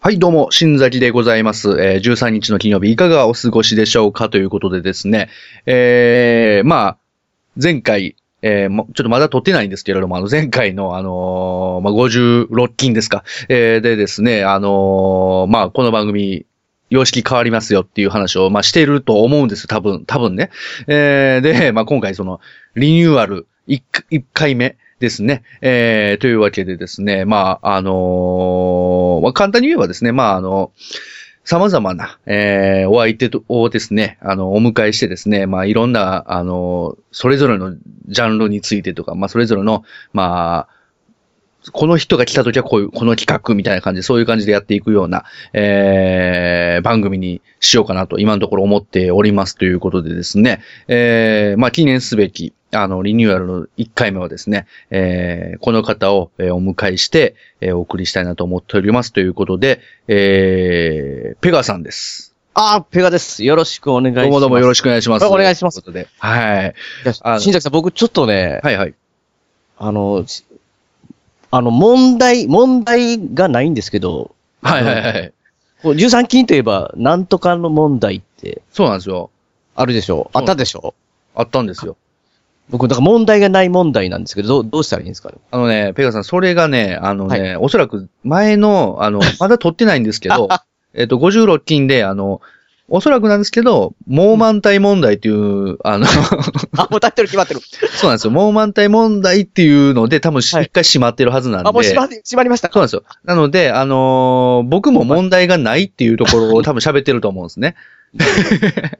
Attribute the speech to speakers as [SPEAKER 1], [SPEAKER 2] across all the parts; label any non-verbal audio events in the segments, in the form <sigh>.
[SPEAKER 1] はい、どうも、新崎でございます。えー13日の金曜日、いかがお過ごしでしょうかということでですね、えー、まあ、前回、えーもちょっとまだ撮ってないんですけれども、あの、前回の、あのーまあ、56金ですか、えーでですね、あのーまあ、この番組、様式変わりますよっていう話を、まあ、してると思うんですよ、多分、多分ね。えーで、まあ、今回その、リニューアル1、一回目ですね。えーというわけでですね、まあ、あのーまあ、簡単に言えばですね、まあ、あの、様々な、えーお相手をですね、あの、お迎えしてですね、まあ、いろんな、あの、それぞれのジャンルについてとか、まあ、それぞれの、まあ、この人が来た時はこういう、この企画みたいな感じで、そういう感じでやっていくような、えー番組にしようかなと、今のところ思っておりますということでですね、えーまあ、記念すべき、あの、リニューアルの1回目はですね、えーこの方を、えーお迎えして、えーお送りしたいなと思っておりますということで、えーペガさんです。
[SPEAKER 2] あー、ペガです。よろしくお願いします。
[SPEAKER 1] どうもどうもよろしくお願いします。
[SPEAKER 2] お願いします
[SPEAKER 1] ということで。はい。
[SPEAKER 2] いや
[SPEAKER 1] あの
[SPEAKER 2] 新崎さん、僕ちょっとね、
[SPEAKER 1] はいはい。
[SPEAKER 2] あの、しあの、問題、問題がないんですけど、
[SPEAKER 1] はいはいはい。
[SPEAKER 2] こう13金といえば、なんとかの問題って
[SPEAKER 1] そうなんですよ。
[SPEAKER 2] あるでしょ
[SPEAKER 1] そう
[SPEAKER 2] あったでしょ
[SPEAKER 1] あったんですよ。
[SPEAKER 2] 僕、だから問題がない問題なんですけど、どうどうしたらいいんですかね
[SPEAKER 1] あのね、ペガさん、それがね、あのね、
[SPEAKER 2] は
[SPEAKER 1] おそらく前の、あの、
[SPEAKER 2] <laughs>
[SPEAKER 1] まだ撮ってないんですけど、えっと、56金で、あの、おそらくなんですけど、猛満体問題っていう、あ
[SPEAKER 2] <laughs>
[SPEAKER 1] の、
[SPEAKER 2] <laughs> あ、もうタイトル決まってる。
[SPEAKER 1] そうなんですよ。猛満体問題っていうので、多分し
[SPEAKER 2] はい
[SPEAKER 1] 一回閉まってるはずなんで。
[SPEAKER 2] あ、もう閉まり、閉まりました
[SPEAKER 1] そう
[SPEAKER 2] か。
[SPEAKER 1] なんですよ。なので、あのー僕も問題がないっていうところを多分喋ってると思うんです
[SPEAKER 2] <laughs>
[SPEAKER 1] ね。
[SPEAKER 2] だか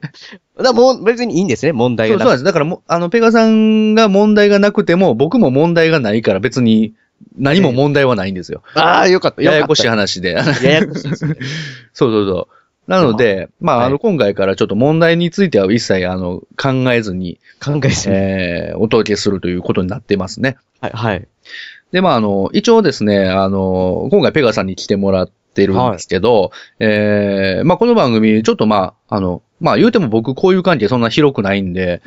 [SPEAKER 2] らもう別にいいんですね、問題
[SPEAKER 1] そう
[SPEAKER 2] が
[SPEAKER 1] そうなんで
[SPEAKER 2] なく
[SPEAKER 1] す。だからもう、あの、ペガさんが問題がなくても、僕も問題がないから別に何も問題はないんですよ。
[SPEAKER 2] ああ、よかった。
[SPEAKER 1] ややこしい
[SPEAKER 2] い。
[SPEAKER 1] 話で。
[SPEAKER 2] ややこしいですね。
[SPEAKER 1] そうそうそう。なので、まあ、
[SPEAKER 2] はい
[SPEAKER 1] あの、今回からちょっと問題については一切、あの、考えずに、
[SPEAKER 2] <laughs> 考えすぎ。
[SPEAKER 1] えー、お届けするということになってますね。
[SPEAKER 2] はい、はい。
[SPEAKER 1] で、まあ、あの、一応ですね、あの、今回ペガさんに来てもらってるんですけど、えー、まあ、この番組、ちょっとまあ、あの、まあ、言うても僕、こういう関係そんな広くないん
[SPEAKER 2] <laughs>
[SPEAKER 1] で、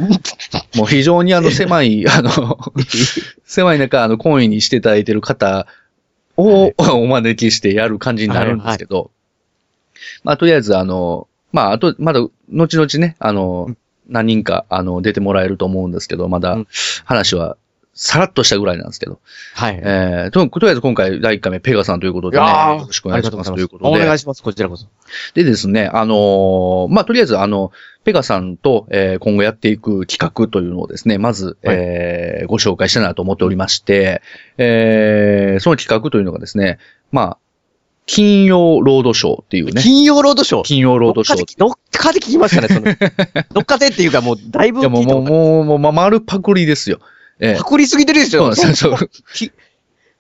[SPEAKER 1] もう非常にあの、狭い、あの、狭い中、あの、懇意にしていただいてる方を、
[SPEAKER 2] はい
[SPEAKER 1] お招きしてやる感じになるんですけど、まあ、とりあえず、あの、まあ、あと、まだ、後々ね、あの、
[SPEAKER 2] うん
[SPEAKER 1] 何人か、あの、出てもらえると思うんですけど、まだ
[SPEAKER 2] うん、
[SPEAKER 1] 話は、さらっとしたぐらいなんですけど、
[SPEAKER 2] はい。
[SPEAKER 1] えーと、とりあえず今回、第1回目、ペガさんということで、ね、
[SPEAKER 2] やー
[SPEAKER 1] よろしくお願いしますということで。
[SPEAKER 2] お願いします、こちらこそ。
[SPEAKER 1] でですね、あのーまあ、とりあえず、あの、ペガさんと、えー今後やっていく企画というのをですね、まず、
[SPEAKER 2] はい
[SPEAKER 1] えーご紹介したいなと思っておりまして、えーその企画というのがですね、まあ、金曜ロードショーっていうね、
[SPEAKER 2] 金曜ロードショー。
[SPEAKER 1] 金曜ロードショーっていう
[SPEAKER 2] どっかで聞きましたね、その。
[SPEAKER 1] <laughs>
[SPEAKER 2] どっかでっていうか、もう、だいぶ
[SPEAKER 1] いや、も
[SPEAKER 2] 聞
[SPEAKER 1] う、
[SPEAKER 2] いて
[SPEAKER 1] もう、
[SPEAKER 2] も、
[SPEAKER 1] もう、もう、ま丸パクリですよ。ええ
[SPEAKER 2] パクリすぎてるでし
[SPEAKER 1] そう
[SPEAKER 2] ょ。
[SPEAKER 1] なんです
[SPEAKER 2] <laughs>
[SPEAKER 1] よ。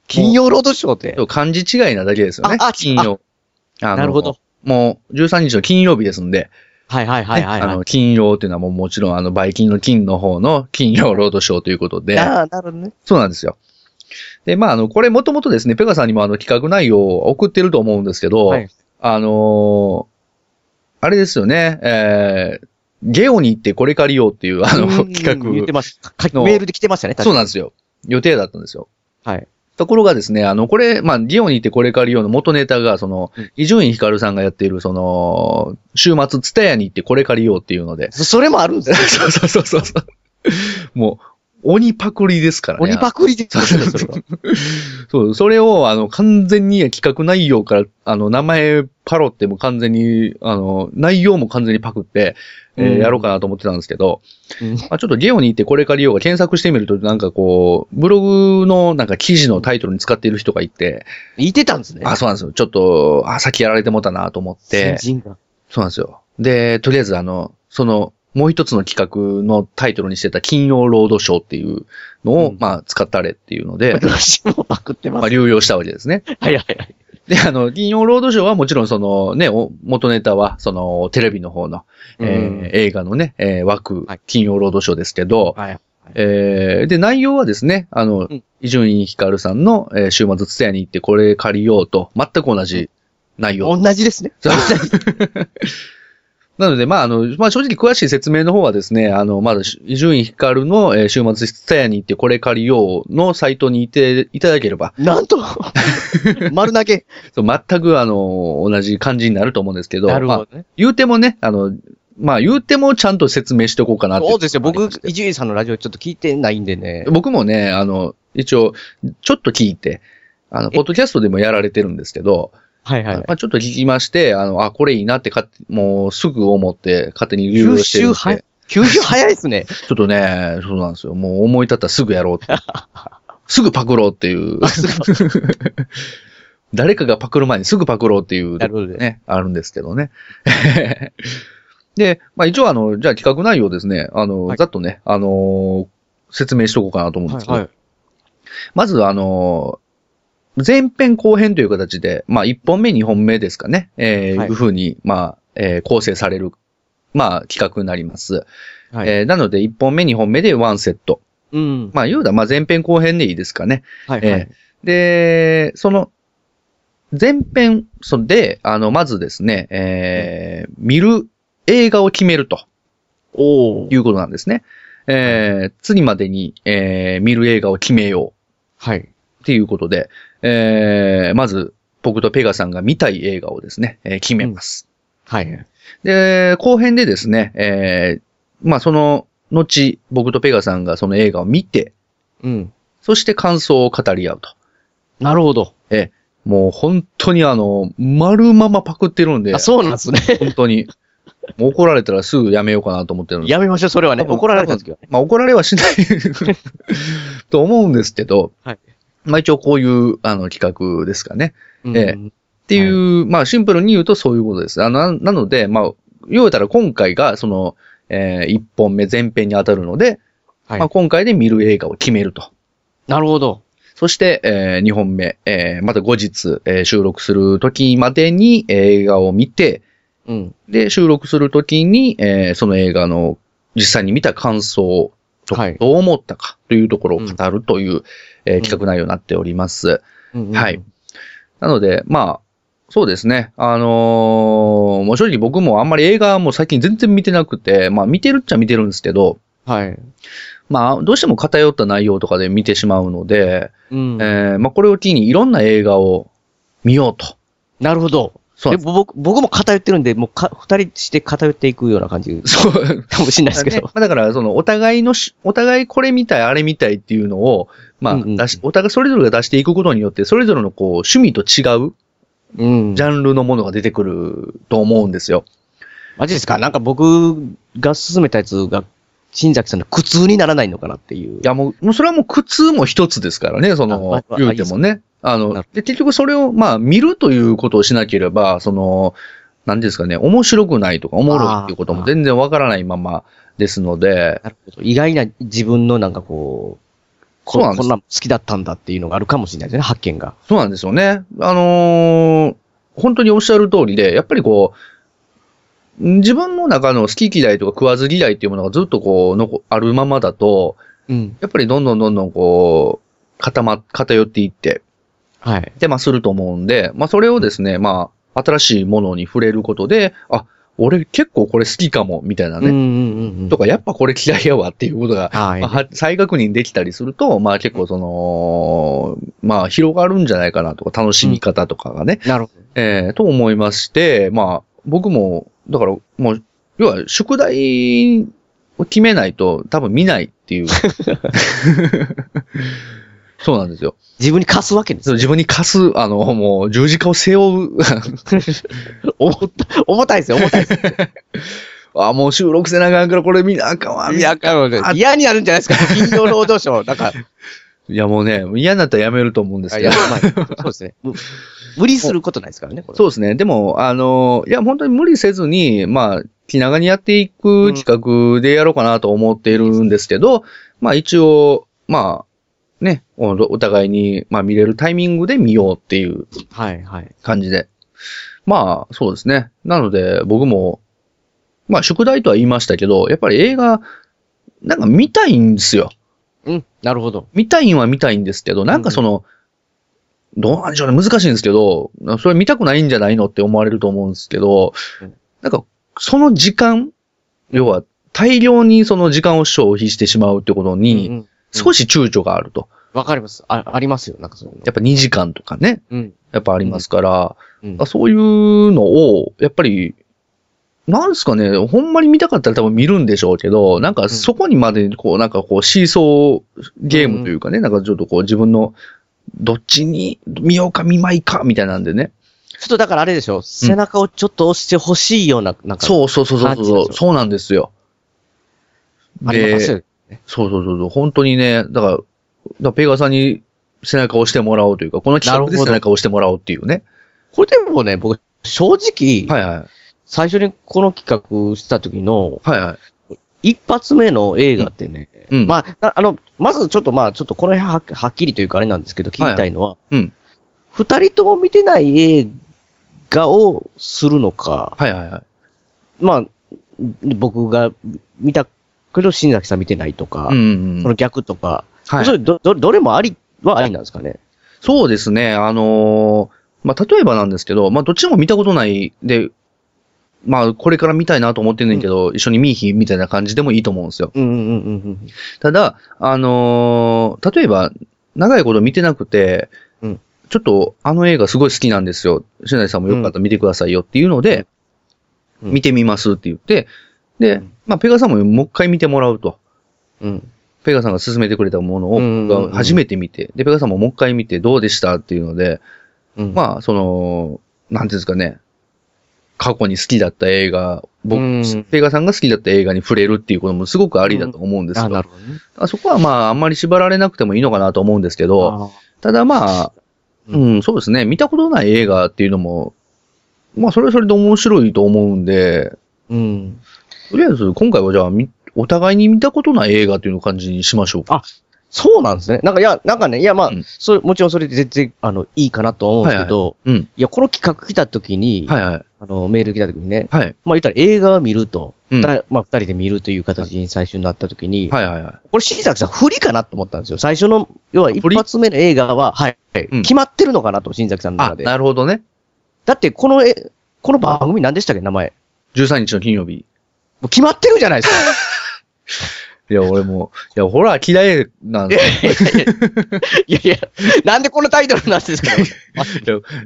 [SPEAKER 2] 金曜ロードショーって
[SPEAKER 1] そ。う漢字違いなだけですよね。
[SPEAKER 2] ああ
[SPEAKER 1] 金曜。あの
[SPEAKER 2] なるほど。。
[SPEAKER 1] もう、13日の金曜日ですんで、
[SPEAKER 2] はいはいはいはい
[SPEAKER 1] ね
[SPEAKER 2] は
[SPEAKER 1] あ
[SPEAKER 2] い。
[SPEAKER 1] の、金曜っていうのはもうもちろんあの、バイキンの金の方の金曜ロードショーということで、
[SPEAKER 2] ああ、なるほどね。
[SPEAKER 1] そうなんですよ。で、まあ、あの、これもともとですね、ペガさんにもあの、企画内容を送ってると思うんですけど、
[SPEAKER 2] はい
[SPEAKER 1] あのーあれですよね、えー、ゲオに行ってこれ借りようっていうあの、
[SPEAKER 2] う
[SPEAKER 1] <laughs>
[SPEAKER 2] ん
[SPEAKER 1] 企
[SPEAKER 2] 言って
[SPEAKER 1] 画、
[SPEAKER 2] ます。か
[SPEAKER 1] の
[SPEAKER 2] メールで来てましたね、
[SPEAKER 1] そう
[SPEAKER 2] な
[SPEAKER 1] なんですよ。予定だったんですよ。
[SPEAKER 2] はい。
[SPEAKER 1] ところがですね、あの、これ、まあ、ゲオに行ってこれ借りようの元ネタが、その
[SPEAKER 2] うん、
[SPEAKER 1] 伊集院光さんがやっている、その、週末、ツタヤに行ってこれ借りようっていうので、
[SPEAKER 2] そそれもあるんです
[SPEAKER 1] <laughs>
[SPEAKER 2] よ。
[SPEAKER 1] そうそうそうそうそう。もう、鬼パクリですからね。
[SPEAKER 2] 鬼パクリで
[SPEAKER 1] そう
[SPEAKER 2] すね、
[SPEAKER 1] そ
[SPEAKER 2] それは
[SPEAKER 1] う。そう、それを、あの、完全に企画内容から、あの、名前パロっても完全に、あの、内容も完全にパクって、えー
[SPEAKER 2] うん
[SPEAKER 1] やろうかなと思ってたんですけど、
[SPEAKER 2] うん
[SPEAKER 1] まあ、ちょっとゲオに行ってこれ借りようが検索してみると、なんかこう、ブログのなんか記事のタイトルに使っている人がいて、
[SPEAKER 2] 言ってたんですね。
[SPEAKER 1] あ、そうなんですよ。ちょっと、あ、先やられてもたなと思って、
[SPEAKER 2] 新人が。
[SPEAKER 1] そうなんですよ。で、とりあえずあの、その、もう一つの企画のタイトルにしてた金曜ロードショーっていうのを、
[SPEAKER 2] うん
[SPEAKER 1] まあ、使ったれっていうので、
[SPEAKER 2] 私もパクって
[SPEAKER 1] ま
[SPEAKER 2] ま
[SPEAKER 1] あ、
[SPEAKER 2] す。
[SPEAKER 1] 流用したわけですね。
[SPEAKER 2] はいはいはい。
[SPEAKER 1] で、あの、金曜ロードショーはもちろんそのね、お元ネタは、その、テレビの方の、えー
[SPEAKER 2] うん
[SPEAKER 1] 映画のね、えー枠
[SPEAKER 2] はい、
[SPEAKER 1] 金曜ロードショーですけど、
[SPEAKER 2] はい。
[SPEAKER 1] えーで、内容はですね、あの
[SPEAKER 2] うん、
[SPEAKER 1] 伊集院光さんの、えー週末ツタヤに行ってこれ借りようと、全く同じ内容。 <laughs>
[SPEAKER 2] 同じですね。
[SPEAKER 1] そうなので、まあ、あの、まあ、正直詳しい説明の方はですね、あの、まだ、伊集院光の、えー週末スタヤに行ってこれ借りようのサイトにいていただければ、
[SPEAKER 2] な
[SPEAKER 1] <laughs>
[SPEAKER 2] んと丸投げ
[SPEAKER 1] そう全く、あの、同じ感じになると思うんですけど、
[SPEAKER 2] なるほ
[SPEAKER 1] まあ
[SPEAKER 2] どね。
[SPEAKER 1] 言うてもね、あの、まあ、言うてもちゃんと説明しておこうかなってい
[SPEAKER 2] そうですよ。
[SPEAKER 1] あり
[SPEAKER 2] 僕
[SPEAKER 1] まし、て
[SPEAKER 2] 伊集院さんのラジオちょっと聞いてないんでね。
[SPEAKER 1] 僕もね、あの、一応、ちょっと聞いて、あの、
[SPEAKER 2] え
[SPEAKER 1] ポッドキャストでもやられてるんですけど、
[SPEAKER 2] はいはい。
[SPEAKER 1] まあ、ちょっと聞きまして、あの、あ、これいいなってか、もうすぐ思って勝手に流用
[SPEAKER 2] 吸
[SPEAKER 1] してるん
[SPEAKER 2] 収
[SPEAKER 1] で、
[SPEAKER 2] は、吸収早いですね。
[SPEAKER 1] ちょっとね、そうなんですよ。もう思い立ったらすぐやろう
[SPEAKER 2] <laughs>
[SPEAKER 1] って。すぐパクろうっていう。誰かがパクる前にすぐパクろうっていう
[SPEAKER 2] なるほどね。
[SPEAKER 1] ね、あるんですけどね。 <laughs> で、まあ一応あの、じゃあ企画内容ですね、あの、
[SPEAKER 2] はい
[SPEAKER 1] ざっとね、あのー説明しとこうかなと思うんですけど、
[SPEAKER 2] はい。
[SPEAKER 1] まずあのー前編後編という形で、まあ1本目2本目ですかね、えー
[SPEAKER 2] はい
[SPEAKER 1] いうふうに、まあ、えー構成される、まあ企画になります。
[SPEAKER 2] はい
[SPEAKER 1] えーなので1本目2本目で1セット。
[SPEAKER 2] うん。
[SPEAKER 1] まあ言うたら、まあ前編後編でいいですかね。
[SPEAKER 2] はい
[SPEAKER 1] え
[SPEAKER 2] は
[SPEAKER 1] え
[SPEAKER 2] い。
[SPEAKER 1] で、その、前編、そので、あの、まずですね、えー見る映画を決めると
[SPEAKER 2] おお
[SPEAKER 1] い。うことなんですね。えー次までに、えー見る映画を決めよ
[SPEAKER 2] はい。
[SPEAKER 1] うっていうことで、えーまず、僕とペガさんが見たい映画をですね、えー決めます。
[SPEAKER 2] はい。
[SPEAKER 1] で、後編でですね、えーまあ、その、後、僕とペガさんがその映画を見て、
[SPEAKER 2] うん。
[SPEAKER 1] そして感想を語り合うと。
[SPEAKER 2] なるほど。
[SPEAKER 1] もう本当にあの、丸ままパクってるんで
[SPEAKER 2] あ、、そうなんですね。
[SPEAKER 1] 本当に。もう怒られたらすぐやめようかなと思ってるんで。
[SPEAKER 2] やめましょう、それはね。
[SPEAKER 1] 多分
[SPEAKER 2] 怒られたんですけどね。
[SPEAKER 1] まあ怒られはしない <laughs> と思うんですけど、
[SPEAKER 2] はい
[SPEAKER 1] まあ一応こういうあの企画ですかね。
[SPEAKER 2] うん
[SPEAKER 1] えっていう、まあシンプルに言うとそういうことです。あななので、まあ、言うたら今回がその、え1本目前編に当たるので、
[SPEAKER 2] はい
[SPEAKER 1] まあ、今回で見る映画を決めると。
[SPEAKER 2] なるほど。
[SPEAKER 1] そして、え2本目、えーまた後日、えー収録する時までにえー映画を見て、
[SPEAKER 2] うん。
[SPEAKER 1] で、収録するときに、えーその映画の実際に見た感想とか、
[SPEAKER 2] はい
[SPEAKER 1] どう思ったかというところを語るという、えー企画内容になっております。
[SPEAKER 2] うんうん
[SPEAKER 1] はい。なので、まあ、そうですね。あのーもう正直僕もあんまり映画も最近全然見てなくて、まあ見てるっちゃ見てるんですけど、
[SPEAKER 2] はい。
[SPEAKER 1] まあどうしても偏った内容とかで見てしまうので、
[SPEAKER 2] うん。
[SPEAKER 1] えーまあこれを機にいろんな映画を見よう
[SPEAKER 2] <laughs>
[SPEAKER 1] と。
[SPEAKER 2] なるほど。
[SPEAKER 1] そうな
[SPEAKER 2] で
[SPEAKER 1] んです。
[SPEAKER 2] 僕、僕も偏ってるんで、もうか、二人して偏っていくような
[SPEAKER 1] <laughs>
[SPEAKER 2] 感じ
[SPEAKER 1] そう、
[SPEAKER 2] かもしれないですけ
[SPEAKER 1] ね
[SPEAKER 2] ど
[SPEAKER 1] ま。あ、だから、その、お互いのし、お互いこれみたい、あれみたいっていうのを、まあ、
[SPEAKER 2] うんうん
[SPEAKER 1] 出し、お互いそれぞれが出していくことによって、それぞれのこう、趣味と違う
[SPEAKER 2] うん。
[SPEAKER 1] ジャンルのものが出てくると思うんですよ。
[SPEAKER 2] マジですかなんか僕が勧めたやつが、新崎さんの苦痛にならないのかなってい
[SPEAKER 1] い
[SPEAKER 2] う。
[SPEAKER 1] や、もう、もうそれはもう苦痛も一つですからね、そ
[SPEAKER 2] あま
[SPEAKER 1] の
[SPEAKER 2] あま、あ
[SPEAKER 1] 言うてもね。あの
[SPEAKER 2] なる、
[SPEAKER 1] で、結局それを、まあ、見るということをしなければ、その、何ですかね、面白くないとか、おもろいっていうことも全然わからないままですので、
[SPEAKER 2] なるほど。意外な自分のなんかこう、
[SPEAKER 1] そ
[SPEAKER 2] こ
[SPEAKER 1] うなんです
[SPEAKER 2] こんなん好きだったんだっていうのがあるかもしれないですね、発見が。
[SPEAKER 1] そうなんですよね。あのー本当におっしゃる通りで、やっぱりこう、自分の中の好き嫌いとか食わず嫌いっていうものがずっとこう、のこあるままだと、
[SPEAKER 2] うん。
[SPEAKER 1] やっぱりどんどんどんどんこう、固ま、偏っていって、
[SPEAKER 2] はい。
[SPEAKER 1] 手間すると思うんで、まあそれをですね、まあ、新しいものに触れることで、あ、俺結構これ好きかも、みたいな
[SPEAKER 2] うんう
[SPEAKER 1] ね。
[SPEAKER 2] んうんうん。
[SPEAKER 1] とか、やっぱこれ嫌いやわっていうことが、
[SPEAKER 2] はい
[SPEAKER 1] まあ。は再確認できたりすると、まあ結構その、まあ広がるんじゃないかなとか、楽しみ方とかがね、
[SPEAKER 2] なるほど。
[SPEAKER 1] えーと思いまして、まあ僕も、だからもう、要は宿題を決めないと多分見ないって
[SPEAKER 2] <laughs>
[SPEAKER 1] いう。そうなんですよ。
[SPEAKER 2] 自分に貸すわけです <laughs>
[SPEAKER 1] そう
[SPEAKER 2] よ。
[SPEAKER 1] 自分に貸す、あの、もう十字架を背負う、 <laughs>
[SPEAKER 2] 重た重たいですよ、重たいですよ。
[SPEAKER 1] あ、もう収録せなあかんからこれ見なあかんわ、見
[SPEAKER 2] <laughs> い
[SPEAKER 1] なあ
[SPEAKER 2] や、あかんわ嫌になるんじゃないですか、金曜労働省。なんか、
[SPEAKER 1] いやもうね、嫌になったらやめると思うんです
[SPEAKER 2] あい
[SPEAKER 1] けど
[SPEAKER 2] や、。まあそうです <laughs> ね。む無理することないですからね、これ。
[SPEAKER 1] そうですね。でも、あの、いや、本当に無理せずに、まあ、気長にやっていく企画でやろうかなと思っているんですけど、まあ一応、まあ、ね、おお互いに、まあ見れるタイミングで見ようっていう
[SPEAKER 2] はい、はい。
[SPEAKER 1] 感じで。まあ、そうですね。なので、僕も、まあ宿題とは言いましたけど、やっぱり映画、なんか見たいんですよ。
[SPEAKER 2] うん、なるほど。
[SPEAKER 1] 見たいんは見たいんですけど、なんかその、どうなんでしょうね、難しいんですけど、それ見たくないんじゃないのって思われると思うんですけど
[SPEAKER 2] うん、
[SPEAKER 1] なんか、その時間、要は大量にその時間を消費してしまうってこと
[SPEAKER 2] う
[SPEAKER 1] に、
[SPEAKER 2] ん
[SPEAKER 1] 少し躊躇があると。
[SPEAKER 2] わかります。あ、ありますよ。なんかそういうの。
[SPEAKER 1] やっぱ2時間とかね、
[SPEAKER 2] うん。
[SPEAKER 1] やっぱありますから、
[SPEAKER 2] うん
[SPEAKER 1] あそういうのを、やっぱり、なんですかね、ほんまに見たかったら多分見るんでしょうけど、なんかそこにまで、こう、なんかこう、シーソーゲームというかね、なんかちょっとこう、自分の、どっちに見ようか見まいか、みたいなんでね。
[SPEAKER 2] ちょっとだからあれでしょ背中をちょっと押してほしいような、なんか。う。
[SPEAKER 1] そうそうそうそう
[SPEAKER 2] 感じで
[SPEAKER 1] そ
[SPEAKER 2] し
[SPEAKER 1] う、
[SPEAKER 2] ょ
[SPEAKER 1] そうなんですよ。
[SPEAKER 2] ありますよ。
[SPEAKER 1] そうそうそうそう、本当にね、だから、だからペガさんに背中を押してもらおうというか、この企画で
[SPEAKER 2] なるほ
[SPEAKER 1] 背
[SPEAKER 2] ど
[SPEAKER 1] 中を押してもらおうっていうね。
[SPEAKER 2] これでもね、僕、正直、
[SPEAKER 1] はいはい。
[SPEAKER 2] 最初にこの企画した時の、
[SPEAKER 1] はいはい。
[SPEAKER 2] 一発目の映画ってね、
[SPEAKER 1] うんうん
[SPEAKER 2] まあな、あの、まずちょっとまあ、ちょっとこの辺ははっきりというかあれなんですけど、聞きたいのは、
[SPEAKER 1] うん。
[SPEAKER 2] 二、人とも見てない映画をするのか、
[SPEAKER 1] はいはいはい。
[SPEAKER 2] まあ、僕が見たけど、新崎さん見てないとか、
[SPEAKER 1] うんうん
[SPEAKER 2] そうの
[SPEAKER 1] ん。
[SPEAKER 2] 逆とか、
[SPEAKER 1] はい
[SPEAKER 2] それど、ど、どれもありはありなんですかね。
[SPEAKER 1] そうですね。あのーまあ、例えばなんですけど、まあ、どっちも見たことないで、まあ、これから見たいなと思ってんねんけど、一緒に見いひんみたいな感じでもいいと思うんですよ。
[SPEAKER 2] うんうんうんうん
[SPEAKER 1] ただ、あのー例えば、長いこと見てなくて、
[SPEAKER 2] うん
[SPEAKER 1] ちょっと、あの映画すごい好きなんですよ。しないさんもよかったら見てくださいよっていうので、
[SPEAKER 2] うん
[SPEAKER 1] 見てみますって言って、で、まあ、ペガさんももう一回見てもらうと。
[SPEAKER 2] うん。うん。
[SPEAKER 1] ペガさんが勧めてくれたものを
[SPEAKER 2] うんうんうん
[SPEAKER 1] 僕が初めて見て、で、ペガさんももう一回見てどうでしたっていうので、
[SPEAKER 2] うん。あ、
[SPEAKER 1] まあ、その、なんていうんですかね、過去に好きだった映画、僕、
[SPEAKER 2] うん
[SPEAKER 1] ペガさんが好きだった映画に触れるっていうこともすごくありだと思うんです
[SPEAKER 2] あ、
[SPEAKER 1] よ。
[SPEAKER 2] なるほどね。
[SPEAKER 1] あそこはまあ、あんまり縛られなくてもいいのかなと思うんですけど、
[SPEAKER 2] あ
[SPEAKER 1] ただまあ、う
[SPEAKER 2] うん
[SPEAKER 1] ん、そうですね、見たことない映画っていうのも、まあ、それはそれで面白いと思うんで、
[SPEAKER 2] うん。
[SPEAKER 1] とりあえず今回はじゃあ、みお互いに見たことない映画っていう感じにしましょうか。
[SPEAKER 2] そうなんですね。なんか、いや、なんかね、いや、まあ、
[SPEAKER 1] うん
[SPEAKER 2] それ、もちろんそれで全然、あの、いいかなとは思うんですけど、い
[SPEAKER 1] うん。
[SPEAKER 2] や、この企画来た時に、
[SPEAKER 1] はいはい。
[SPEAKER 2] あの、メール来た時にね、
[SPEAKER 1] はい。
[SPEAKER 2] まあ言ったら映画を見ると、
[SPEAKER 1] うん
[SPEAKER 2] だまあ二人で見るという形に最初になった時に、
[SPEAKER 1] はいはいは
[SPEAKER 2] これ、新崎さん、不利かなと思ったんですよ。最初の、要は一
[SPEAKER 1] 不利
[SPEAKER 2] 発目の映画は、はい、
[SPEAKER 1] うん
[SPEAKER 2] 決まってるのかなと、新崎さん
[SPEAKER 1] い。
[SPEAKER 2] の
[SPEAKER 1] あ
[SPEAKER 2] 中、で。
[SPEAKER 1] なるほどね。
[SPEAKER 2] だって、この、え、この番組何でしたっけ、名前。
[SPEAKER 1] 13日の金曜日。
[SPEAKER 2] もう決まってるじゃないですか。
[SPEAKER 1] いや、俺もう、いや、ホラー嫌いなんですよ。
[SPEAKER 2] <laughs> いやいや、なんでこのタイトルなんですか
[SPEAKER 1] い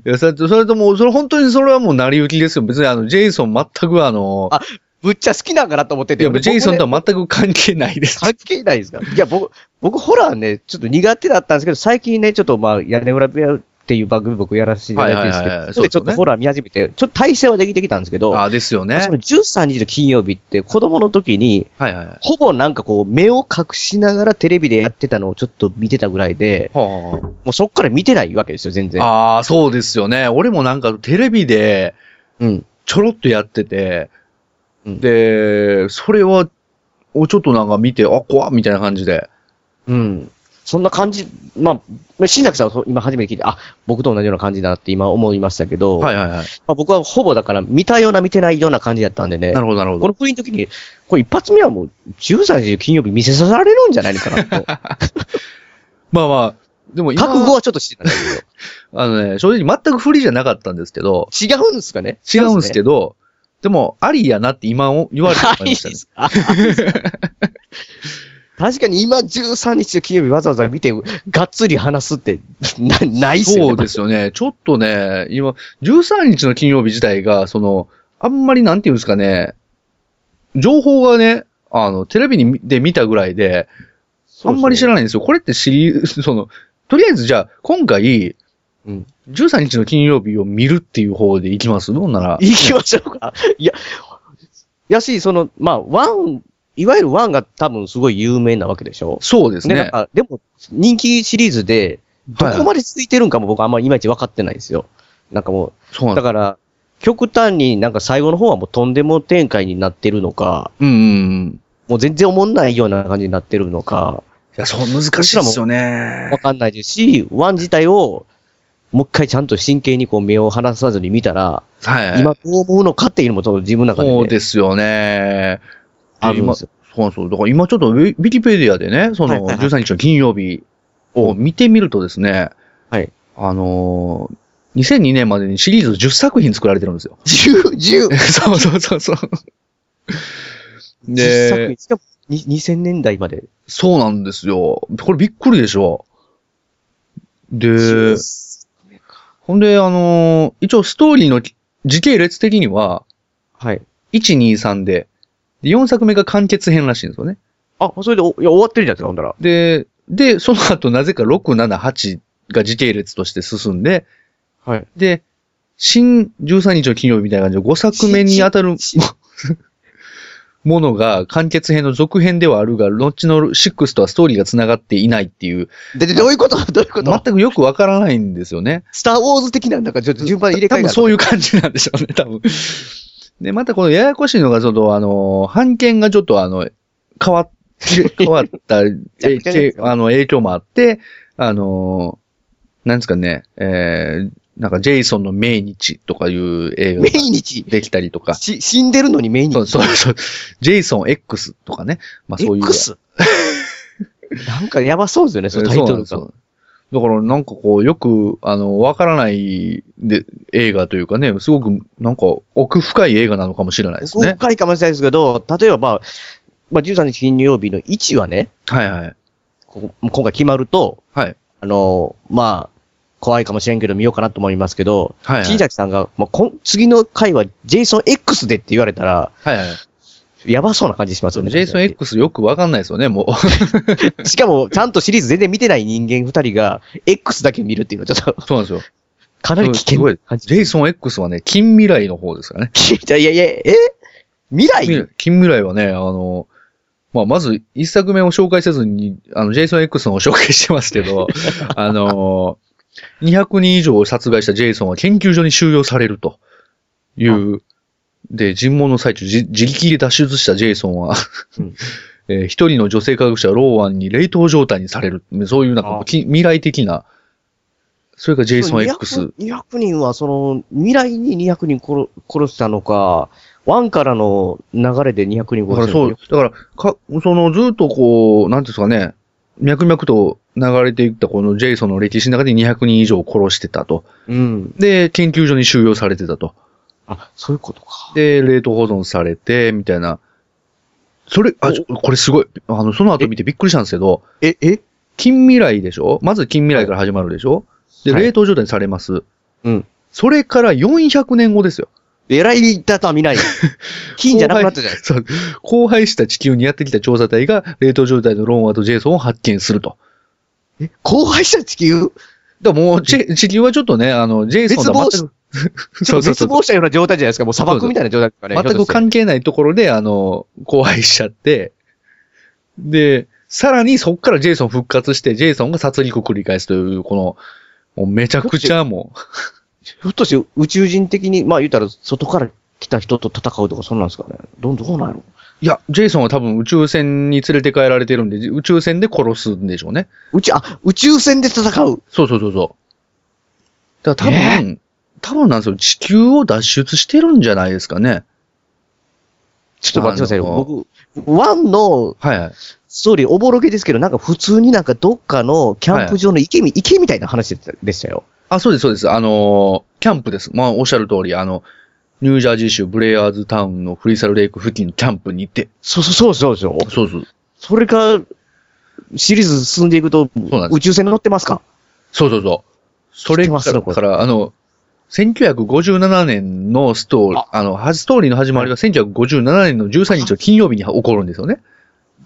[SPEAKER 1] や、それとそれともう、それ本当にそれはもう成り行きですよ。別にあの、ジェイソン全くあの、
[SPEAKER 2] あぶっちゃ好きなんかなと思って
[SPEAKER 1] い
[SPEAKER 2] て。
[SPEAKER 1] や、ジェイソン
[SPEAKER 2] 僕
[SPEAKER 1] と
[SPEAKER 2] ね
[SPEAKER 1] は全く関係ないです。
[SPEAKER 2] 関係ないですかいや、僕、僕、ホラーね、ちょっと苦手だったんですけど、最近ね、ちょっとまあ、屋根裏部屋っていう番組僕やらせていただいてるんですけ
[SPEAKER 1] はいはいはい
[SPEAKER 2] ど、それでちょっ
[SPEAKER 1] そうですね
[SPEAKER 2] とホラー見始めて、ちょっと体制はできてきたんですけど、
[SPEAKER 1] あですよね
[SPEAKER 2] そ。の13日の金曜日って子供の時に、
[SPEAKER 1] はいはい。は
[SPEAKER 2] ほぼなんかこう、目を隠しながらテレビでやってたのをちょっと見てたぐらいで、もうそっから見てないわけですよ、全然。
[SPEAKER 1] あ、ああ、そうですよね。俺もなんかテレビで
[SPEAKER 2] うん。
[SPEAKER 1] ちょろっとやってて、
[SPEAKER 2] うん
[SPEAKER 1] で、それは、をちょっとなんか見て、あ、怖っみたいな感じで。
[SPEAKER 2] うん。そんな感じ、まあ、新崎さんはそう今初めて聞いて、あ、僕と同じような感じだなって今思いましたけど、
[SPEAKER 1] はいはいはい。
[SPEAKER 2] まあ、僕はほぼだから見たような見てないような感じだったんでね
[SPEAKER 1] な、るほどなるほ
[SPEAKER 2] こ
[SPEAKER 1] ど。
[SPEAKER 2] の不意の時に、これ一発目はもう13時金曜日見せされるんじゃない
[SPEAKER 1] <laughs>
[SPEAKER 2] のかなと。
[SPEAKER 1] まあまあ、でも今、
[SPEAKER 2] 覚悟はちょっとしてたんだけ
[SPEAKER 1] あのね、正直全く不利じゃなかったんですけど、
[SPEAKER 2] ど、違うんですかね
[SPEAKER 1] 違うんです
[SPEAKER 2] ど。
[SPEAKER 1] けど、でも、ありやなって今を言われて
[SPEAKER 2] あ
[SPEAKER 1] ま
[SPEAKER 2] いい
[SPEAKER 1] いま
[SPEAKER 2] で
[SPEAKER 1] したね。
[SPEAKER 2] すかあいいですか <laughs> 確かに今13日の金曜日わざわざ見て、がっつり話すって、な、ないっすよね。
[SPEAKER 1] そうですよね。ちょっとね、今、13日の金曜日自体が、その、あんまりなんていうんですかね、情報がね、あの、テレビに見で見たぐらいで、あんまり知ら
[SPEAKER 2] ない。
[SPEAKER 1] ないんですよ。これって知り、 <laughs> その、とりあえずじゃあ、今回、
[SPEAKER 2] うん
[SPEAKER 1] 13日の金曜日を見るっていう方でいきますどうなら。
[SPEAKER 2] 行きましょうか。いや、やし、その、まあ、ワン、いわゆるワンが多分すごい有名なわけでしょ
[SPEAKER 1] そうです
[SPEAKER 2] ね、なん
[SPEAKER 1] ね。
[SPEAKER 2] か、でも、人気シリーズで、どこまで続いてるんかも僕あんまりいまいち分かってないんですよ。なんかも
[SPEAKER 1] そうな
[SPEAKER 2] う、
[SPEAKER 1] ん
[SPEAKER 2] だ
[SPEAKER 1] だ。
[SPEAKER 2] から、極端になんか最後の方はもうとんでも展開になってるのか、
[SPEAKER 1] うんうんうん。
[SPEAKER 2] もう全然思んないような感じになってるのか、
[SPEAKER 1] いや、そう、難しいですよね
[SPEAKER 2] わ。かんないですし、ワン自体を、もう一回ちゃんと真剣にこう目を離さずに見たら、
[SPEAKER 1] はい。
[SPEAKER 2] 今どう思うのかっていうのもちょっと自分の中で、ね。
[SPEAKER 1] そうですよね。
[SPEAKER 2] あるん
[SPEAKER 1] 今
[SPEAKER 2] です
[SPEAKER 1] そう
[SPEAKER 2] よ。
[SPEAKER 1] なんですよ。だから今ちょっとウィウィキペディアでね、そ
[SPEAKER 2] はい
[SPEAKER 1] の
[SPEAKER 2] はいはい
[SPEAKER 1] 13日の金曜日を見てみるとですね、
[SPEAKER 2] はい。
[SPEAKER 1] あのー2002年までにシリーズ10作品作られてるんですよ。
[SPEAKER 2] 10、10、
[SPEAKER 1] <laughs> そうそうそうそう。
[SPEAKER 2] 10作品
[SPEAKER 1] で、
[SPEAKER 2] しかもに2000年代まで。
[SPEAKER 1] そうなんですよ。これびっくりでしょ。で
[SPEAKER 2] 10、作目か
[SPEAKER 1] ほんで、あのー一応ストーリーの時系列的には、
[SPEAKER 2] はい。
[SPEAKER 1] 1、2、3で、で4作目が完結編らしいんですよね。
[SPEAKER 2] あ、それでお、いや、終わってるじゃないですか、ほんだら。
[SPEAKER 1] で、で、その後なぜか6、7、8が時系列として進んで、
[SPEAKER 2] はい。
[SPEAKER 1] で、新13日の金曜日みたいな感じで5作目に当たる
[SPEAKER 2] しし
[SPEAKER 1] ものが完結編の続編ではあるが、後の6とはストーリーが繋がっていないっていう、
[SPEAKER 2] で、でどういうこと <laughs> どういうこと、
[SPEAKER 1] 全くよくわからないんですよね。
[SPEAKER 2] スターウォーズ的な、なんかちょっと順番入れ替
[SPEAKER 1] 多
[SPEAKER 2] え
[SPEAKER 1] 分
[SPEAKER 2] があった。
[SPEAKER 1] そういう感じなんでしょうね、多分。で、またこのややこしいのが、その、あの、判件がちょっとあの、変
[SPEAKER 2] <laughs>
[SPEAKER 1] わっ、変わった、え
[SPEAKER 2] くちゃですよ
[SPEAKER 1] あの、影響もあって、あの、なんですかね、えー、なんかジェイソンの命日とかいう映画が
[SPEAKER 2] 命日
[SPEAKER 1] できたりとか、
[SPEAKER 2] し死んでるのに命日。
[SPEAKER 1] そうそうそう、ジェイソン X とかね、まあそういう。 <laughs>
[SPEAKER 2] X? なんかやばそうですよね、そのタイトル
[SPEAKER 1] そうな
[SPEAKER 2] が。
[SPEAKER 1] んですよだからなんかこう、よく、あの、わからないで映画というかね、すごくなんか奥深い映画なのかもしれないです
[SPEAKER 2] 今
[SPEAKER 1] ね。
[SPEAKER 2] 回かもしれないですけど、例えばまあ、まあ、13日金曜日の1はね、
[SPEAKER 1] はいはい。
[SPEAKER 2] ここ今回決まると、
[SPEAKER 1] はい。
[SPEAKER 2] あのーまあ、怖いかもしれんけど見ようかなと思いますけど、
[SPEAKER 1] はいはい
[SPEAKER 2] 新崎さんが、まあ、こん次の回はジェイソン X でって言われたら、
[SPEAKER 1] はいはい。
[SPEAKER 2] やばそうな感じしますよね。
[SPEAKER 1] ジェイソン X よくわかんないですよね、もう。 <laughs>
[SPEAKER 2] しかも、ちゃんとシリーズ全然見てない人間二人が、X だけ見るっていうのはちょっと、
[SPEAKER 1] そうなんですよ。
[SPEAKER 2] かなり危険な感じ。
[SPEAKER 1] ジェイソン X はね、近未来の方ですからね。
[SPEAKER 2] いやいやいや、え未来
[SPEAKER 1] 近未来はね、あの、まあ、まず、一作目を紹介せずに、あの、ジェイソン X のを紹介してますけ <laughs> ど、あの、200人以上を殺害したジェイソンは研究所に収容されるという、で、尋問の最中、じ自力で脱出したジェイソンは、 <laughs>
[SPEAKER 2] うん
[SPEAKER 1] えー一人の女性科学者ローアンに冷凍状態にされる。そういうなんか
[SPEAKER 2] あ
[SPEAKER 1] き未来的な、それがジェイソン X。
[SPEAKER 2] 200, 200人は、その、未来に200人殺殺したのか、ワンからの流れで200人
[SPEAKER 1] だか
[SPEAKER 2] 殺
[SPEAKER 1] ら
[SPEAKER 2] した
[SPEAKER 1] そ
[SPEAKER 2] の
[SPEAKER 1] うだ
[SPEAKER 2] か。、
[SPEAKER 1] から、か、そのずっとこう、なんていうんですかね、脈々と流れていったこのジェイソンの歴史の中で200人以上殺してたと。
[SPEAKER 2] うん。
[SPEAKER 1] で、研究所に収容されてたと。
[SPEAKER 2] あ、そういうことか。
[SPEAKER 1] で、冷凍保存されて、みたいな。それ、あ、ちょこれすごい。あの、その後見てびっくりしたんですけど、
[SPEAKER 2] え、え
[SPEAKER 1] 近未来でしょまず近未来から始まるでしょで、
[SPEAKER 2] はい
[SPEAKER 1] 冷凍状態にされます。
[SPEAKER 2] うん。
[SPEAKER 1] それから400年後ですよ。
[SPEAKER 2] えらいだとは
[SPEAKER 1] <laughs>
[SPEAKER 2] 見ない。金じゃなくなったじゃないです
[SPEAKER 1] そ
[SPEAKER 2] か。
[SPEAKER 1] う。荒廃した地球にやってきた調査隊が、冷凍状態のローンアとジェイソンを発見すると。
[SPEAKER 2] 荒廃した地球
[SPEAKER 1] だからもう、ち地球はちょっとね、あの、ジェイソンとは全く、
[SPEAKER 2] ち
[SPEAKER 1] そ
[SPEAKER 2] <laughs>
[SPEAKER 1] う
[SPEAKER 2] ょ
[SPEAKER 1] そう
[SPEAKER 2] っと
[SPEAKER 1] そ
[SPEAKER 2] 絶
[SPEAKER 1] う
[SPEAKER 2] 望したような状態じゃないですか。もう砂漠みたいな状態ですからね。
[SPEAKER 1] 全く
[SPEAKER 2] ひょっとして
[SPEAKER 1] 関係ないところで、あの、荒廃しちゃって、で、さらにそっからジェイソン復活して、ジェイソンが殺戮を繰り返すという、この、もうめちゃくちゃも
[SPEAKER 2] ひょっとして宇宙人的に、まあ言ったら外から来た人と戦うとかそんなんですかね。どんどんなんやろ
[SPEAKER 1] う、いや、ジェイソンは多分宇宙船に連れて帰られてるんで、宇宙船で殺すんでしょうね。
[SPEAKER 2] 宇宙、あ、宇宙船で戦う。
[SPEAKER 1] そうそうそうそう。だから多分、多分なんですよ、地球を脱出してるんじゃないですかね。
[SPEAKER 2] ちょっと待ってくださいよ。
[SPEAKER 1] あの
[SPEAKER 2] 僕、ワンの
[SPEAKER 1] はいはい。
[SPEAKER 2] ストーリーおぼろげですけど、なんか普通になんかどっかのキャンプ場の池み、池みたいな話でしたでしたよ。
[SPEAKER 1] あ、そうです、そうです。あのーキャンプです。まあ、おっしゃる通り、あの、ニュージャージー州ブレアーズタウンのフリーサルレイク付近のキャンプに行って、
[SPEAKER 2] そうそうそうそうそう。
[SPEAKER 1] そうそう。
[SPEAKER 2] それか、シリーズ進んでいくと
[SPEAKER 1] なんです、
[SPEAKER 2] 宇宙船に乗ってますか
[SPEAKER 1] そうそうそう。それ
[SPEAKER 2] 知って
[SPEAKER 1] か
[SPEAKER 2] ます
[SPEAKER 1] ら、
[SPEAKER 2] これ
[SPEAKER 1] あの、1957年のストーリー
[SPEAKER 2] あ、
[SPEAKER 1] あの、はストーリーの始まりは1957年の13日の金曜日に起こるんですよね。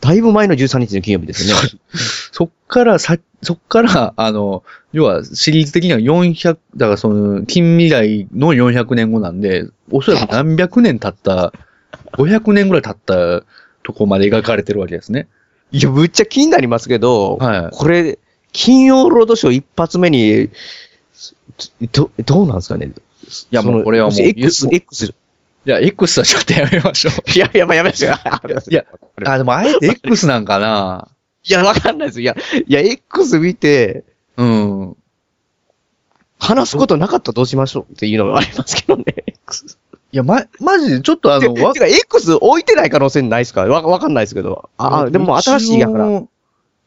[SPEAKER 2] だいぶ前の13日の金曜日ですね。
[SPEAKER 1] そっからさ、そっから、あの、要はシリーズ的には400、だからその、近未来の400年後なんで、おそらく何百年経った、500年ぐらい経ったとこまで描かれてるわけですね。
[SPEAKER 2] <laughs> いや、ぶっちゃ気になりますけど、
[SPEAKER 1] はい
[SPEAKER 2] これ、金曜ロードショー一発目に、ど、どうなんですかね
[SPEAKER 1] いや、
[SPEAKER 2] その
[SPEAKER 1] もうこれはもう、
[SPEAKER 2] し
[SPEAKER 1] い
[SPEAKER 2] X、X、
[SPEAKER 1] や、X はちょっとやめま
[SPEAKER 2] <laughs>
[SPEAKER 1] しょう。
[SPEAKER 2] いや、やばいやばい <laughs> ですよ。い
[SPEAKER 1] いや
[SPEAKER 2] や、
[SPEAKER 1] あ、でもあえて X なんかない
[SPEAKER 2] や、わかんないです。いや、いや、X 見て、
[SPEAKER 1] うん。
[SPEAKER 2] 話すことなかったらどうしましょうっていうのがありますけどね。X。
[SPEAKER 1] いや、ま、マジで、ちょっとあ
[SPEAKER 2] あ
[SPEAKER 1] の、わ
[SPEAKER 2] <laughs> て、か、X 置いてない可能性ないですかわ、わかんないですけど。ああ、でも新しいやから。
[SPEAKER 1] 一応。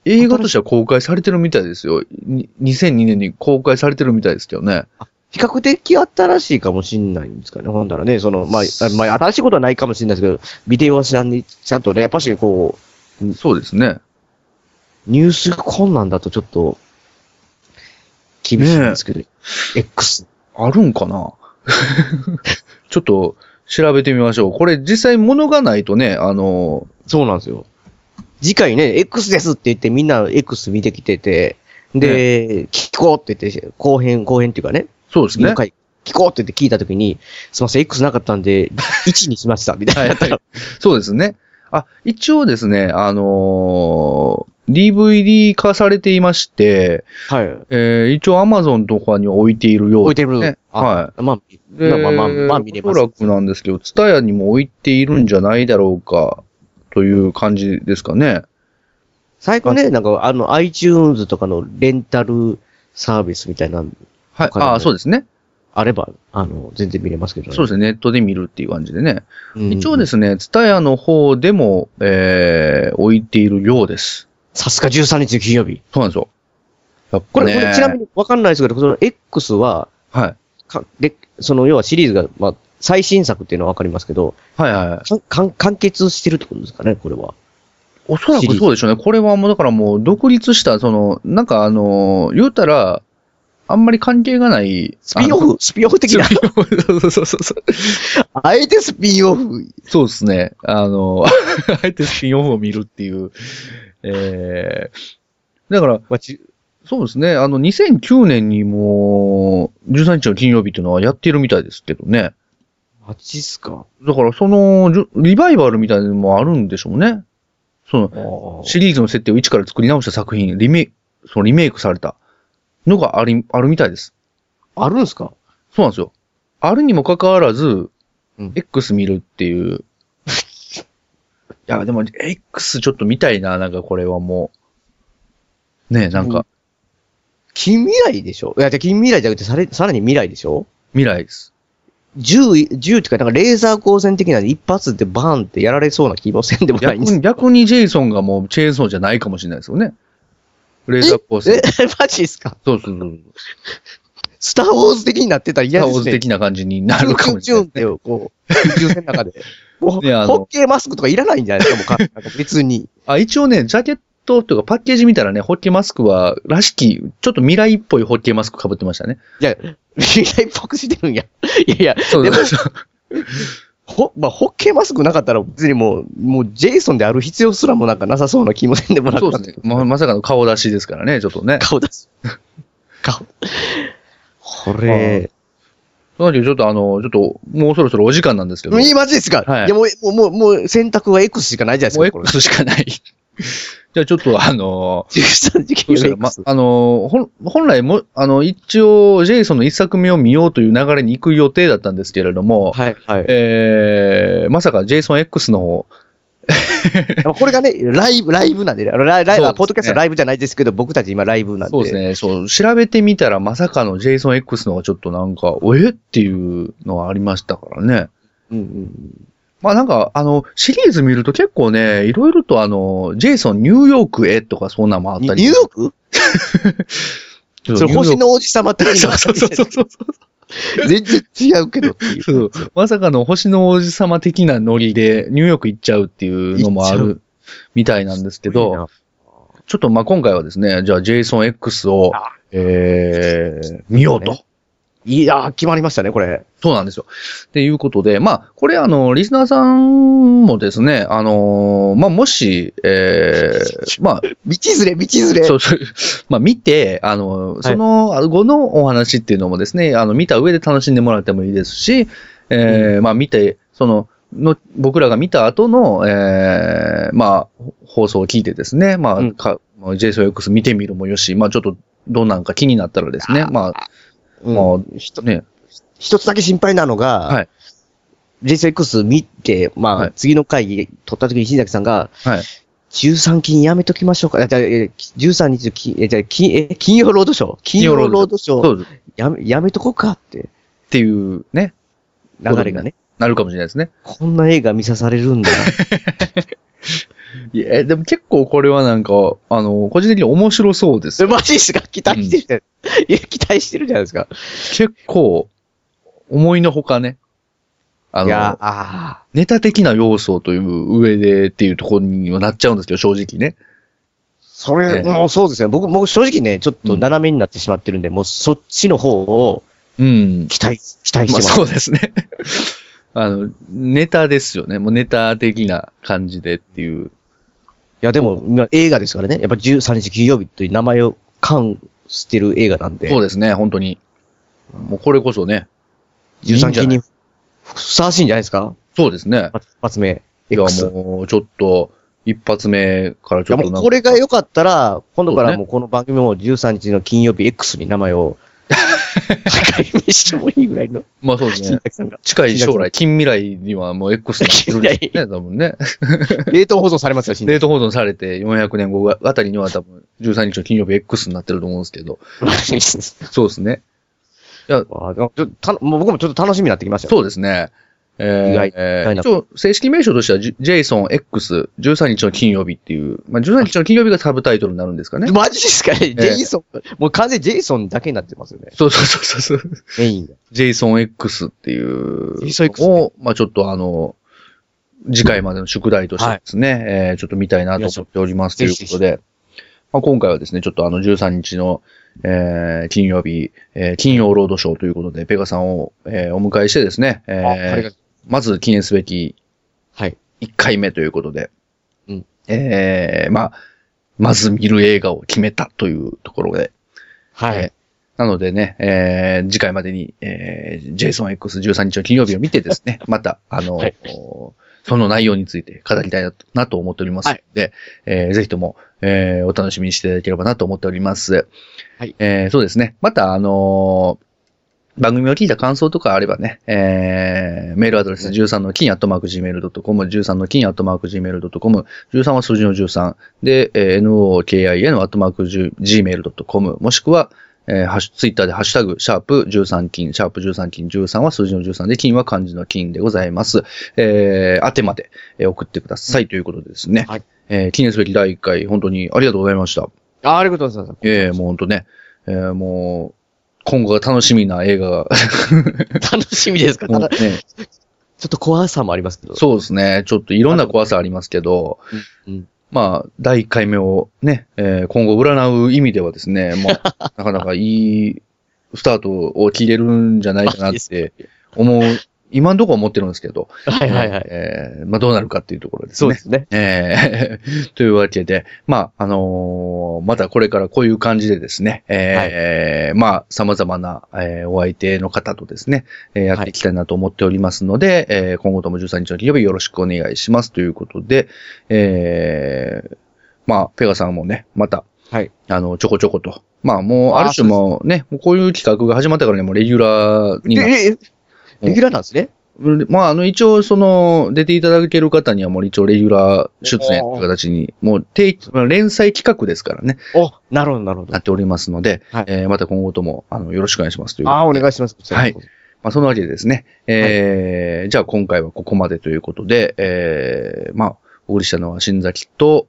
[SPEAKER 1] 映画としては公開されてるみたいですよ。に2002年に公開されてるみたいですけどね。
[SPEAKER 2] 比較的新しいかもしんないんですかね。ほんだらね、その、まあ、あまあ、新しいことはないかもしんないですけど、ビデオはちゃんに、ちゃんとね、やっぱしこう、
[SPEAKER 1] そうですね。
[SPEAKER 2] ニュースがこんなんだとちょっと、厳しいんですけど、X。
[SPEAKER 1] あるんかな <laughs> ちょっと調べてみましょう。これ実際物がないとね、あの、
[SPEAKER 2] そうなんですよ。次回ね、X ですって言ってみんな X 見てきてて、で、聞こうって言って、後編、後編っていうかね、
[SPEAKER 1] そうです
[SPEAKER 2] 次
[SPEAKER 1] ね
[SPEAKER 2] の。回、聞こうって言って聞いたときに、すいません、X なかったんで、1にし <laughs> ました、みたいな。
[SPEAKER 1] はいそうですね。あ、一応ですね、あのー DVD 化されていまして、
[SPEAKER 2] はい。
[SPEAKER 1] えー、一応 Amazon とかに置いているよう
[SPEAKER 2] 置いてる
[SPEAKER 1] ねは
[SPEAKER 2] あまあ、
[SPEAKER 1] い。で
[SPEAKER 2] まあまあまあ見れます
[SPEAKER 1] おそらくなんですけど、ツタヤにも置いているんじゃないだろうか、という感じですかね。
[SPEAKER 2] 最近ね、なんか、あの、iTunes とかのレンタルサービスみたいなの
[SPEAKER 1] はい。
[SPEAKER 2] かな
[SPEAKER 1] ああ、そうですね。
[SPEAKER 2] あれば、あの、全然見れますけどね。
[SPEAKER 1] そうですね。ネットで見るっていう感じでね。
[SPEAKER 2] うん
[SPEAKER 1] 一応で。すね、ツタヤの方でも、えー、置いているようです。
[SPEAKER 2] さすが13日の金曜日。
[SPEAKER 1] そうなんですよ。やっ
[SPEAKER 2] こ
[SPEAKER 1] ぱ
[SPEAKER 2] れ、
[SPEAKER 1] ね
[SPEAKER 2] これちなみにわかんないですけど、その X は、
[SPEAKER 1] はい。
[SPEAKER 2] かで、その、要はシリーズが、まあ、最新作っていうのはわかりますけど、
[SPEAKER 1] はいはいはい。
[SPEAKER 2] かんかん完結してるってことですかね、これは。
[SPEAKER 1] おそらくそうでしょうね。これはもうだからもう独立した、その、なんかあのー言うたら、あんまり関係がない。
[SPEAKER 2] スピンオフ、スピンオフ的な。
[SPEAKER 1] あのそうそうそうそう。
[SPEAKER 2] あえてスピンオフ。
[SPEAKER 1] そうですね。あの、 <laughs> あえてスピンオフを見るっていう。えー、だから、
[SPEAKER 2] まあ、じ
[SPEAKER 1] そうですね。あの、2009年にもう、13日の金曜日っていうのはやってるみたいですけどね。
[SPEAKER 2] マジっすか。
[SPEAKER 1] だから、その、じゅリバイバルみたいなのもあるんでしょうね。その、シリーズの設定を一から作り直した作品、リメイク、そのリメイクされたのがあり、あるみたいです。
[SPEAKER 2] あるんすか
[SPEAKER 1] そうなんですよ。あるにもかかわらず、
[SPEAKER 2] うん
[SPEAKER 1] X 見るって
[SPEAKER 2] <laughs>
[SPEAKER 1] いう。いや、でも、X ちょっと見たいな、なんかこれはもう。ねえ、なんか、
[SPEAKER 2] 近未来でしょいや、で近未来じゃなくてされ、さらに未来でしょ
[SPEAKER 1] 未来です。
[SPEAKER 2] 銃、銃っていうか、なんかレーザー光線的な一発でバーンってやられそうな気もせんでもな
[SPEAKER 1] 逆
[SPEAKER 2] いんです
[SPEAKER 1] に、逆にジェイソンがもうチェーンソーじゃないかもしれないですよね。レーザー光線。
[SPEAKER 2] え、マジですか
[SPEAKER 1] そうそうそう。
[SPEAKER 2] スターウォーズ的になってたら
[SPEAKER 1] ス
[SPEAKER 2] 嫌
[SPEAKER 1] ター
[SPEAKER 2] で
[SPEAKER 1] ウォー
[SPEAKER 2] す
[SPEAKER 1] ズ
[SPEAKER 2] ね。
[SPEAKER 1] 的な感じになるかもしれない。
[SPEAKER 2] チュンチュンってこう、宇宙船
[SPEAKER 1] <laughs>
[SPEAKER 2] の中で。もう、
[SPEAKER 1] ねあの
[SPEAKER 2] ホッケーマスクとかいらないんじゃないですかもうか、なんか別に。
[SPEAKER 1] あ、一応ね、ジャケットというかパッケージ見たらね、ホッケマスクは、らしき、ちょっと未来っぽいホッケマスク被ってましたね。 <laughs>
[SPEAKER 2] いや、未来っぽくしてるんや。いやいや、
[SPEAKER 1] そう
[SPEAKER 2] でも
[SPEAKER 1] そう
[SPEAKER 2] ほ、まあ、ホッケーマスクなかったら別にもう、もうジェイソンである必要すらもなんかなさそうな気もせんでもな
[SPEAKER 1] <laughs> そ
[SPEAKER 2] く
[SPEAKER 1] う
[SPEAKER 2] な
[SPEAKER 1] で
[SPEAKER 2] っ
[SPEAKER 1] す
[SPEAKER 2] て
[SPEAKER 1] ね。ま、まさかの顔出しですからね、ちょっとね。
[SPEAKER 2] 顔出す。
[SPEAKER 1] <laughs>
[SPEAKER 2] 顔。これ、
[SPEAKER 1] なんで、ちょっとあの、ちょっと、もうそろそろお時間なんですけど、
[SPEAKER 2] いいマジですか、
[SPEAKER 1] はい
[SPEAKER 2] い、や、もう、もう、もう、選択は X しかないじゃない
[SPEAKER 1] もう
[SPEAKER 2] で
[SPEAKER 1] <laughs>
[SPEAKER 2] す
[SPEAKER 1] X しか
[SPEAKER 2] か、これ。
[SPEAKER 1] ない。じゃあちょっとあの、
[SPEAKER 2] 13時
[SPEAKER 1] ど
[SPEAKER 2] 期
[SPEAKER 1] うしたら、ま、あの、ほん本来も、あの、一応、ジェイソンの一作目を見ようという流れに行く予定だったんですけれども、
[SPEAKER 2] はい、はい。
[SPEAKER 1] えー、まさかジェイソン X の方、
[SPEAKER 2] <laughs> これがね、ライブ、ライブなんでね、ライ
[SPEAKER 1] そうで
[SPEAKER 2] ライブ、
[SPEAKER 1] すね
[SPEAKER 2] あポッドキャストライブじゃないですけど、僕たち今ライブなんで。
[SPEAKER 1] そうですね。そう。調べてみたら、まさかのジェイソン X のがちょっとなんか、おえっていうのはありましたからね。
[SPEAKER 2] うんうん。
[SPEAKER 1] まあなんか、あの、シリーズ見ると結構ね、いろいろとあの、ジェイソンニューヨークへとかそんなんもあっ
[SPEAKER 2] ニ
[SPEAKER 1] た
[SPEAKER 2] ュ
[SPEAKER 1] り。
[SPEAKER 2] ーヨーク
[SPEAKER 1] ちょっとニューヨー
[SPEAKER 2] それ
[SPEAKER 1] ク
[SPEAKER 2] 星の王子様的
[SPEAKER 1] そう
[SPEAKER 2] な。
[SPEAKER 1] そうそうそうそう
[SPEAKER 2] 全然違うけどっていう。
[SPEAKER 1] そう。まさかの星の王子様的なノリでニューヨーク行っちゃうっていうのもあ
[SPEAKER 2] 行っ
[SPEAKER 1] るみたいなんですけど、ちょっとまあ今回はですね、じゃあジェイソン X を
[SPEAKER 2] あ、
[SPEAKER 1] えー、見ようと。
[SPEAKER 2] いやー、決まりましたね、これ。
[SPEAKER 1] そうなんですよ。っていうことで、まあ、これあの、リスナーさんもですね、あのーまあ、もし、え
[SPEAKER 2] <laughs>
[SPEAKER 1] ー、まあ、
[SPEAKER 2] 道連れ、道連れ。
[SPEAKER 1] そうそう、まあ、見て、あの、その後のお話っていうのもですね、あの、見た上で楽しんでもらってもいいですし、えーまあ、見て、その、の、僕らが見た後の、えーまあ、放送を聞いてですね、ま
[SPEAKER 2] う
[SPEAKER 1] あ、
[SPEAKER 2] ん
[SPEAKER 1] か、まあ JSOX 見てみるもよし、まあ、ちょっと、どんなんか気になったらですね、まあ、
[SPEAKER 2] うん
[SPEAKER 1] まあ、ね、
[SPEAKER 2] 一つだけ心配なのが、
[SPEAKER 1] はい
[SPEAKER 2] ジェイソン X 見て、まあ、
[SPEAKER 1] はい
[SPEAKER 2] 次の会議取った時に新崎さんが、
[SPEAKER 1] はい。
[SPEAKER 2] 13金やめときましょうか。あじゃあえ13日の金、えじゃあ金え金曜ロードショー金曜ロードシ
[SPEAKER 1] そ
[SPEAKER 2] ョー
[SPEAKER 1] うです。っ
[SPEAKER 2] やめ、やめとこうかって
[SPEAKER 1] ていうね、
[SPEAKER 2] 流れがね。
[SPEAKER 1] なるかもしれないですね。
[SPEAKER 2] こんな映画見さされるんだ。
[SPEAKER 1] いや、でも結構これはなんか、あの、個人的に面白そうです
[SPEAKER 2] え。 <laughs> マジですか期待してるじゃない、いや、期待してるじゃないですか。
[SPEAKER 1] 結構、思いのほかね。あ
[SPEAKER 2] いや、あ
[SPEAKER 1] の、
[SPEAKER 2] あ
[SPEAKER 1] ネタ的な要素という上でっていうところにはなっちゃうんですけど、正直ね。
[SPEAKER 2] ー。そ
[SPEAKER 1] ええ
[SPEAKER 2] れ、もうそうですね。僕、僕正直ね、ちょっと斜めになってしまってるんで、もうそっちの方を
[SPEAKER 1] うん。
[SPEAKER 2] 期待、期待して
[SPEAKER 1] まあ
[SPEAKER 2] ます。
[SPEAKER 1] そうですね。 <laughs> あの、ネタですよね。もうネタ的な感じでっていう。
[SPEAKER 2] いや、でも、今映画ですからね。やっぱ13日金曜日という名前を冠してる映画なんで。
[SPEAKER 1] そうですね、本当に。もうこれこそね。
[SPEAKER 2] 13
[SPEAKER 1] いいんじゃ
[SPEAKER 2] 日
[SPEAKER 1] ない
[SPEAKER 2] にふさわしいんじゃないですか
[SPEAKER 1] そうですね。
[SPEAKER 2] 一発目。
[SPEAKER 1] いや、
[SPEAKER 2] X い
[SPEAKER 1] もう、ちょっと、一発目からちょ
[SPEAKER 2] や、
[SPEAKER 1] っと
[SPEAKER 2] も
[SPEAKER 1] な
[SPEAKER 2] うんこ
[SPEAKER 1] か、
[SPEAKER 2] れが良かったら、今度か
[SPEAKER 1] そう
[SPEAKER 2] ら
[SPEAKER 1] ね
[SPEAKER 2] もうこの番組も13日の金曜日 X に名前 <laughs> を改名してもいいぐらいの。
[SPEAKER 1] まあそうですね。
[SPEAKER 2] さんが
[SPEAKER 1] <laughs> 近い将来、近未来にはもう X になってるん <laughs> でしょうね、多分ね。
[SPEAKER 2] 冷凍保存されますよ、新
[SPEAKER 1] 冷凍保存されて400年後あたりには多分13日の金曜日 X になってると思うんですけど。
[SPEAKER 2] <laughs>
[SPEAKER 1] そうですね。
[SPEAKER 2] わあでもちょっとたのもう僕もちょっと楽しみになってきましたよ。
[SPEAKER 1] そうですね。え
[SPEAKER 2] 意外
[SPEAKER 1] え
[SPEAKER 2] 意外
[SPEAKER 1] ー、
[SPEAKER 2] な
[SPEAKER 1] 一応、正式名称としては、ジェイソン X、13日の金曜日っていう、まあ、13日の金曜日がサブタイトルになるんですかね。
[SPEAKER 2] マジですかね、ジェイソン、もう完全にジェイソンだけになってますよね。
[SPEAKER 1] そうそうそうそうそう。
[SPEAKER 2] メインが。
[SPEAKER 1] ジェイソン X っていう
[SPEAKER 2] ジェイソン X ね
[SPEAKER 1] のを、まあちょっとあの、次回までの宿題としてですね、えーちょっと見たいなと思っておりますということで、まあ、今回はですね、ちょっとあの13日の、えー金曜日、えー金曜ロードショーということで、ペガさんを、えーお迎えしてですね、
[SPEAKER 2] ああり
[SPEAKER 1] え
[SPEAKER 2] が
[SPEAKER 1] ー
[SPEAKER 2] とう
[SPEAKER 1] まず記念すべき
[SPEAKER 2] はい。
[SPEAKER 1] 1回目ということで、
[SPEAKER 2] うん
[SPEAKER 1] えーまあ、まず見る映画を決めたというところで、
[SPEAKER 2] は
[SPEAKER 1] え
[SPEAKER 2] い。
[SPEAKER 1] なのでね、えー次回までに、えー、JSONX13 日の金曜日を見てです
[SPEAKER 2] <laughs>
[SPEAKER 1] ね、また、あの、
[SPEAKER 2] はい
[SPEAKER 1] おその内容について語りたいなとなと思っておりますので、えーぜひとも、えーお楽しみにしていただければなと思っております。
[SPEAKER 2] はい
[SPEAKER 1] えーそうですね。また、あのー番組を聞いた感想とかあればね、えーメールアドレス13の金アットマーク Gmail.com、13の金アットマーク Gmail.com、13は数字の13、で、えー nokin アットマーク Gmail.com、もしくは、えー、ハッシュ、ツイッターでハッシュタグ、シャープ13金、シャープ13金、13は数字の13で、金は漢字の金でございます。えー、宛てまで、えー送ってくださいということでですね。
[SPEAKER 2] はい
[SPEAKER 1] えー記念すべき第1回、本当にありがとうございました。
[SPEAKER 2] あありがとうございます。
[SPEAKER 1] ええもう本当ね、えーもう、今後が楽しみな映
[SPEAKER 2] <laughs>
[SPEAKER 1] 画が、
[SPEAKER 2] 楽しみですか
[SPEAKER 1] も
[SPEAKER 2] た
[SPEAKER 1] う
[SPEAKER 2] だちょ
[SPEAKER 1] ね、
[SPEAKER 2] っと怖さもありますけど。
[SPEAKER 1] そうですね、ちょっといろんな怖さありますけど、
[SPEAKER 2] うんうん
[SPEAKER 1] まあ、第1回目をね、えー今後占う意味ではですね、もう、
[SPEAKER 2] <laughs>
[SPEAKER 1] なかなかいいスタートを切れるんじゃないか
[SPEAKER 2] <laughs>
[SPEAKER 1] なっ
[SPEAKER 2] マジ
[SPEAKER 1] て思う、今んとこは思ってるんですけど、
[SPEAKER 2] はいはいはい。
[SPEAKER 1] えーまあどうなるかっていうところです
[SPEAKER 2] そう
[SPEAKER 1] ね
[SPEAKER 2] で。すね。
[SPEAKER 1] えー <laughs> というわけで、まあ、あのーまたこれからこういう感じでですね、えーまあ、様々な、えーお相手の方とですね、えーやっていきたいなと思っておりますので、えー今後とも13日の金曜日よろしくお願いしますということで、えーまあ、ペガさんもね、また、
[SPEAKER 2] はい。
[SPEAKER 1] あの、ちょこちょこと。まあ、もう、
[SPEAKER 2] あ
[SPEAKER 1] あ
[SPEAKER 2] ー
[SPEAKER 1] る種もうね、もうこういう企画が始まったからね、もうレギュラーに
[SPEAKER 2] で
[SPEAKER 1] なっ
[SPEAKER 2] え、レギュラーなんですね。
[SPEAKER 1] まあ、あの、一応、その、出ていただける方には、もう一応、レギュラー出演という形に、もう定期、まあ連載企画ですからね、
[SPEAKER 2] お、なるほどなるほど。
[SPEAKER 1] なっておりますので、
[SPEAKER 2] はい
[SPEAKER 1] えーまた今後とも、あの、よろしくお願いしますという。
[SPEAKER 2] ああ、お願いします。
[SPEAKER 1] はいまあ、そのわけでですね、えーじゃあ今回はここまでということで、えーまあ、お送りしたのは新崎と、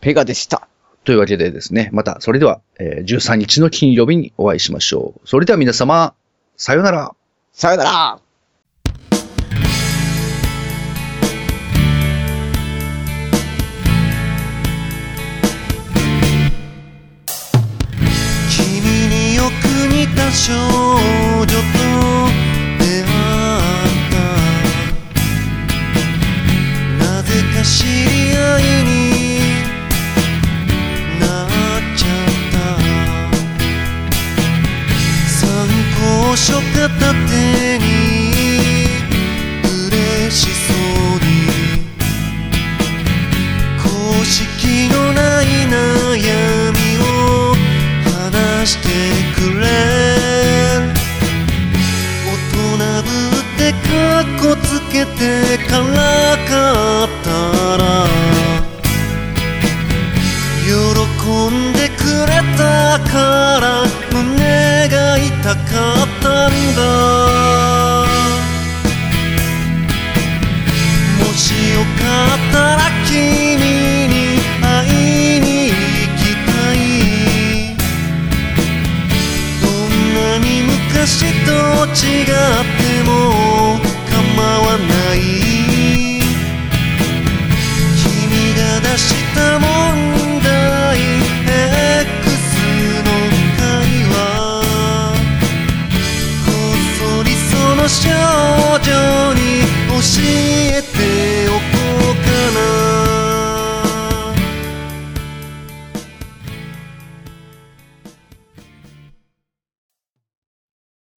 [SPEAKER 2] ペガでした。
[SPEAKER 1] というわけでですね、また、それでは、えー13日の金曜日にお会いしましょう。それでは皆様、さようなら。
[SPEAKER 2] さよなら
[SPEAKER 3] 君によく似た少女と出会ったなぜか知り合いになっちゃった参考書片手に嬉しそうに公式のない悩みを話してくれ大人ぶってカッコつけてからかったら喜んでくれたから胸が痛かったんだ